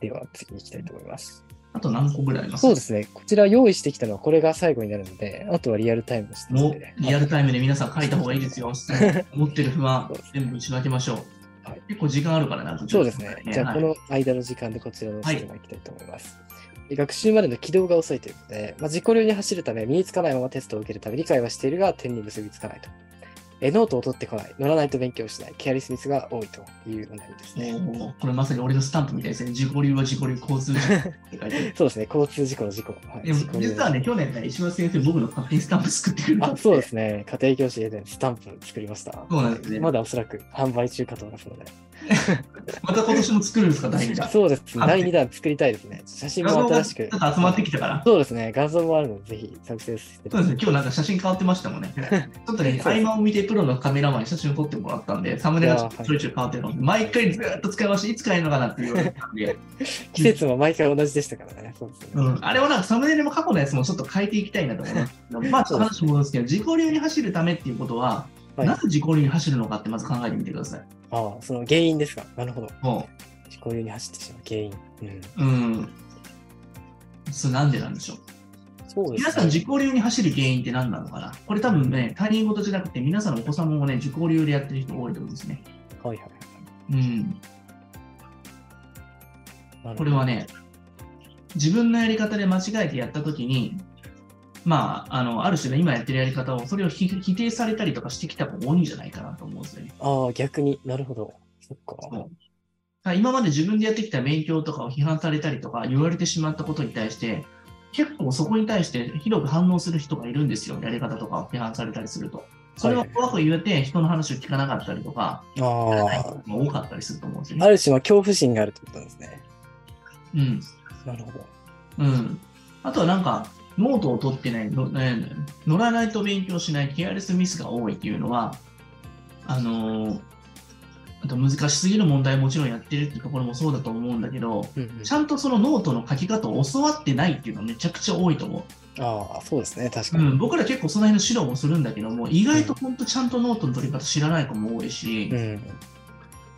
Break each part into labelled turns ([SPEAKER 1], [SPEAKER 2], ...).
[SPEAKER 1] では次に行きたいと思います。
[SPEAKER 2] あと何個ぐらいあります
[SPEAKER 1] そうですね。こちら用意してきたのはこれが最後になるので、あとはリアルタイムですの
[SPEAKER 2] も
[SPEAKER 1] で。
[SPEAKER 2] リアルタイムで皆さん書いた方がいいで すよ。持ってる不安、全部打ち分けましょう。
[SPEAKER 1] はい
[SPEAKER 2] 結構時間あるからな、
[SPEAKER 1] そうですね。じゃあ、こ
[SPEAKER 2] はい
[SPEAKER 1] の間の時間でこちらの質問いきたいと思います。で学習までの軌道が遅いということで、まあ、自己流に走るため、身につかないままテストを受けるため、理解はしているが、点に結びつかないと。えノートを取ってこない、乗らないと勉強しない、ケアリスミスが多いというお悩みですね。
[SPEAKER 2] おーこれまさに俺のスタンプみたいですね。自己流は自己流、交通事故って書 いてある
[SPEAKER 1] そうですね、交通事故の事故。はい、
[SPEAKER 2] でも
[SPEAKER 1] 自己流
[SPEAKER 2] 実はね、去年ね、石橋先生、僕の勝手にスタンプ作ってくれた
[SPEAKER 1] あそうですね、家庭教師でスタンプ作りました。
[SPEAKER 2] そうなんですね
[SPEAKER 1] まだおそらく販売中かと思いますので。
[SPEAKER 2] また今年も作るんですか、第2弾。
[SPEAKER 1] そうですね、
[SPEAKER 2] あ
[SPEAKER 1] 第2弾作りたいですね。写真
[SPEAKER 2] 画像
[SPEAKER 1] も
[SPEAKER 2] が
[SPEAKER 1] 新
[SPEAKER 2] ち
[SPEAKER 1] し
[SPEAKER 2] ょ
[SPEAKER 1] く
[SPEAKER 2] っ。と集まってきたから。
[SPEAKER 1] そうですね、画像もあるので、ぜひ作成して
[SPEAKER 2] そうですね、今日なんか写真変わってまし たもんね。ちょっとね、合間を見てプロのカメラマンに写真を撮ってもらったんで、サムネがちょっとちょいちょい変わってるので、毎回ずーっと使いまして、いつ変えるのかなって言われたんで、
[SPEAKER 1] 季節も毎回同じでしたからね。そうですね。
[SPEAKER 2] うん、あれはなんかサムネイルも過去のやつもちょっと変えていきたいなと思います。 まあちょっと話戻るんですけど、自己流に走るためっていうことは、
[SPEAKER 1] はい
[SPEAKER 2] なぜ自己流に走るのかってまず考えてみてください。
[SPEAKER 1] ああ、その原因ですか。なるほど。
[SPEAKER 2] も
[SPEAKER 1] 自己流に走ってしまう原因。うん。
[SPEAKER 2] う、うん。それなんでなんでしょう。
[SPEAKER 1] そうです、ね。
[SPEAKER 2] 皆さん自己流に走る原因って何なのかなこれ多分ね、他人事じゃなくて皆さんのお子様もね、自己流でやってる人多いと思うんですね。
[SPEAKER 1] はいはい
[SPEAKER 2] うん。
[SPEAKER 1] はい。
[SPEAKER 2] これはね、自分のやり方で間違えてやったときに、まあ、あの、ある種ね、今やってるやり方を、それをひ否定されたりとかしてきた子多いんじゃないかなと思うんですよね。
[SPEAKER 1] ああ、逆になるほど。そっ
[SPEAKER 2] そうだ
[SPEAKER 1] か。
[SPEAKER 2] から今まで自分でやってきた勉強とかを批判されたりとか言われてしまったことに対して、結構そこに対してひどく反応する人がいるんですよ、やり方とかを批判されたりすると。それを怖く言えて、人の話を聞かなかったりとか、
[SPEAKER 1] あ
[SPEAKER 2] まあ多かったりすると思うんですよ
[SPEAKER 1] あ。あ
[SPEAKER 2] ね。
[SPEAKER 1] る種の恐怖心があるってことなんですね。
[SPEAKER 2] うん
[SPEAKER 1] なるほど。
[SPEAKER 2] うん、あとはなんか、ノートを取ってないの、えー乗らないと勉強しない、ケアレスミスが多いっていうのは、あのーあと難しすぎる問題もちろんやってるってところもそうだと思うんだけど、
[SPEAKER 1] うんうん
[SPEAKER 2] ちゃんとそのノートの書き方を教わってないっていうのめちゃくちゃ多いと思
[SPEAKER 1] ああ、そうですね。確
[SPEAKER 2] う。
[SPEAKER 1] か
[SPEAKER 2] う
[SPEAKER 1] に。
[SPEAKER 2] ん、僕ら結構その辺の指導もするんだけども、意外と本当ちゃんとノートの取り方知らない子も多いし、
[SPEAKER 1] うん。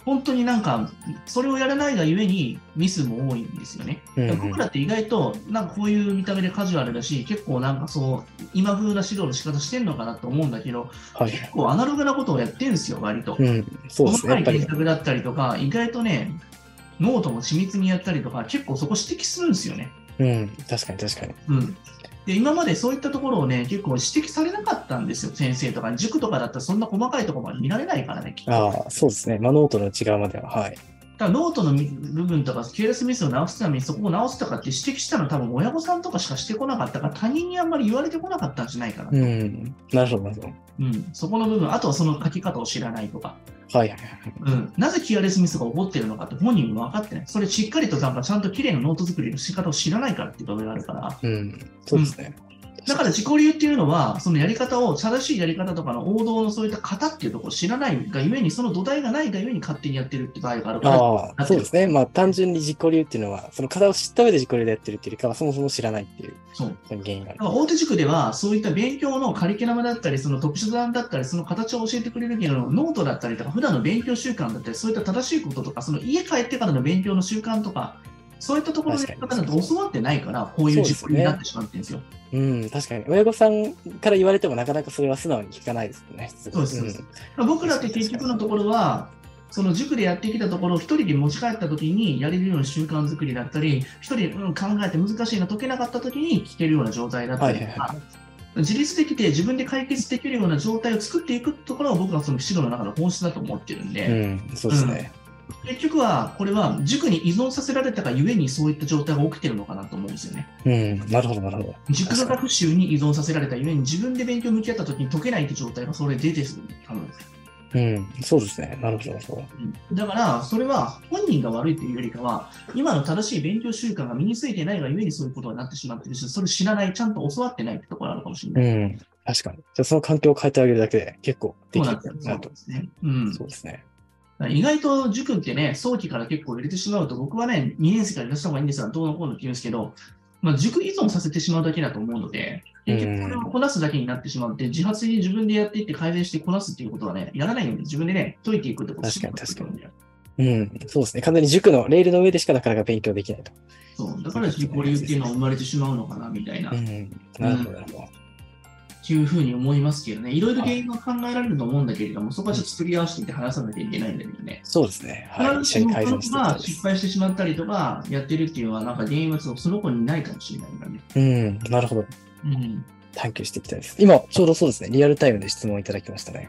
[SPEAKER 2] 本当になんか、それをやらないがゆえにミスも多いんですよね。
[SPEAKER 1] うんうん
[SPEAKER 2] 僕らって意外と、なんかこういう見た目でカジュアルだし、結構なんかそう、今風な指導の仕方してんのかなと思うんだけど、
[SPEAKER 1] はい。
[SPEAKER 2] 結構アナログなことをやってるんですよ、割と。
[SPEAKER 1] うん。そうですね。やっぱり
[SPEAKER 2] 細。かい検索だったりとか、意外とね、ノートも緻密にやったりとか、結構そこ指摘するんですよね。
[SPEAKER 1] うん。確かに確かに。
[SPEAKER 2] うん、で今までそういったところをね、結構指摘されなかったんですよ、先生とか。塾とかだったらそんな細かいところまで見られないからね、きっと。
[SPEAKER 1] ああ、そうですね。まあ、ノートの内側までは。はい。
[SPEAKER 2] だからノートのみ部分とか、ケールスミスを直すためにそこを直すとかって指摘したの多分親御さんとかしかしてこなかったから、他人にあんまり言われてこなかったんじゃないかな。
[SPEAKER 1] うん。なるほど、なるほど。
[SPEAKER 2] うん、そこの部分、あとはその書き方を知らないとか。
[SPEAKER 1] はいはいはい。
[SPEAKER 2] うん、なぜキアレスミスが起こってるのかって本人も分かってない。それしっかりとなんかちゃんと綺麗なノート作りの仕方を知らないからっていう場面があるから。
[SPEAKER 1] うん。そうですね。
[SPEAKER 2] だから自己流っていうのは、そのやり方を、正しいやり方とかの王道のそういった型っていうところを知らないがゆえに、その土台がないがゆえに勝手にやってるって場合があるから、
[SPEAKER 1] ああ、そうですね。まあ、単純に自己流っていうのは、その型を知った上で自己流でやってるっていうよりかは、そもそも知らないっていう、
[SPEAKER 2] そう。
[SPEAKER 1] そういう原因があ
[SPEAKER 2] だ
[SPEAKER 1] る
[SPEAKER 2] から。大手塾では、そういった勉強のカリキュラムだったり、その特殊段だったり、その形を教えてくれるけど、ノートだったりとか、普段の勉強習慣だったり、そういった正しいこととか、その家帰ってからの勉強の習慣とか、そういったところのやり方だと教わってないから、こういう自己流になってしまってるんですよ。
[SPEAKER 1] うん、確かに。親御さんから言われても、なかなかそれは素直に聞かないですよね。そ
[SPEAKER 2] そうですそうです僕らって結局のところは、その塾でやってきたところを一人で持ち帰ったときにやれるような習慣作りだったり、一人、うん、考えて難しいの解けなかったときに聞けるような状態だったりとか、
[SPEAKER 1] はいはい
[SPEAKER 2] 自立できて自分で解決できるような状態を作っていくところは僕はその指導の中の本質だと思ってるんで、
[SPEAKER 1] うん、そうですね。
[SPEAKER 2] 結局はこれは塾に依存させられたがゆえにそういった状態が起きてるのかなと思うんですよね。
[SPEAKER 1] うん、なるほど、なるほど。
[SPEAKER 2] 塾の学習に依存させられたゆえに自分で勉強向き合ったときに解けないって状態がそれで出てる。多分
[SPEAKER 1] うん、そうですね。なるほど、なるほど。
[SPEAKER 2] うんだから、それは本人が悪いというよりかは、今の正しい勉強習慣が身についてないがゆえにそういうことになってしまってるし、それ知らない、ちゃんと教わってないってところあるかもしれ
[SPEAKER 1] う
[SPEAKER 2] ない。
[SPEAKER 1] ん、確かに。じゃあ、その環境を変えてあげるだけで、結構で
[SPEAKER 2] そう
[SPEAKER 1] きる
[SPEAKER 2] なんですよ。そ
[SPEAKER 1] な
[SPEAKER 2] う
[SPEAKER 1] と
[SPEAKER 2] で。すね。うん。
[SPEAKER 1] そうですね。
[SPEAKER 2] 意外と塾ってね、早期から結構入れてしまうと、僕はね、2年生から入れた方がいいんですが、どうのこうのって言うんですけど、まあ、塾依存させてしまうだけだと思うので、結局これをこなすだけになってしまって、自発的に自分でやっていって改善してこなすっていうことはね、やらないので、自分でね、解いていくってことを
[SPEAKER 1] 確かに確かに
[SPEAKER 2] に。
[SPEAKER 1] うん、そうですね。完全に塾のレールの上でしかなかなか勉強できないと。
[SPEAKER 2] そう、だから自己流っていうのは生まれてしまうのかな、みたいな、
[SPEAKER 1] う
[SPEAKER 2] っ
[SPEAKER 1] ん。なるほど、なるほど。
[SPEAKER 2] ていうふうに思いますけどね、いろいろ原因が考えられると思うんだけれども、そこはちょっと作り合わせていって話さなきゃいけないんだけどね。
[SPEAKER 1] そうですね。はい。一緒に改善していきた
[SPEAKER 2] が
[SPEAKER 1] い
[SPEAKER 2] 失敗してしまったりとか、やってるっていうのは、なんか原因はその子にないかもしれないからね。
[SPEAKER 1] です。うん、なるほど。
[SPEAKER 2] うん。
[SPEAKER 1] 探求していきたいです。今、ちょうどそうですね。リアルタイムで質問いただきましたね。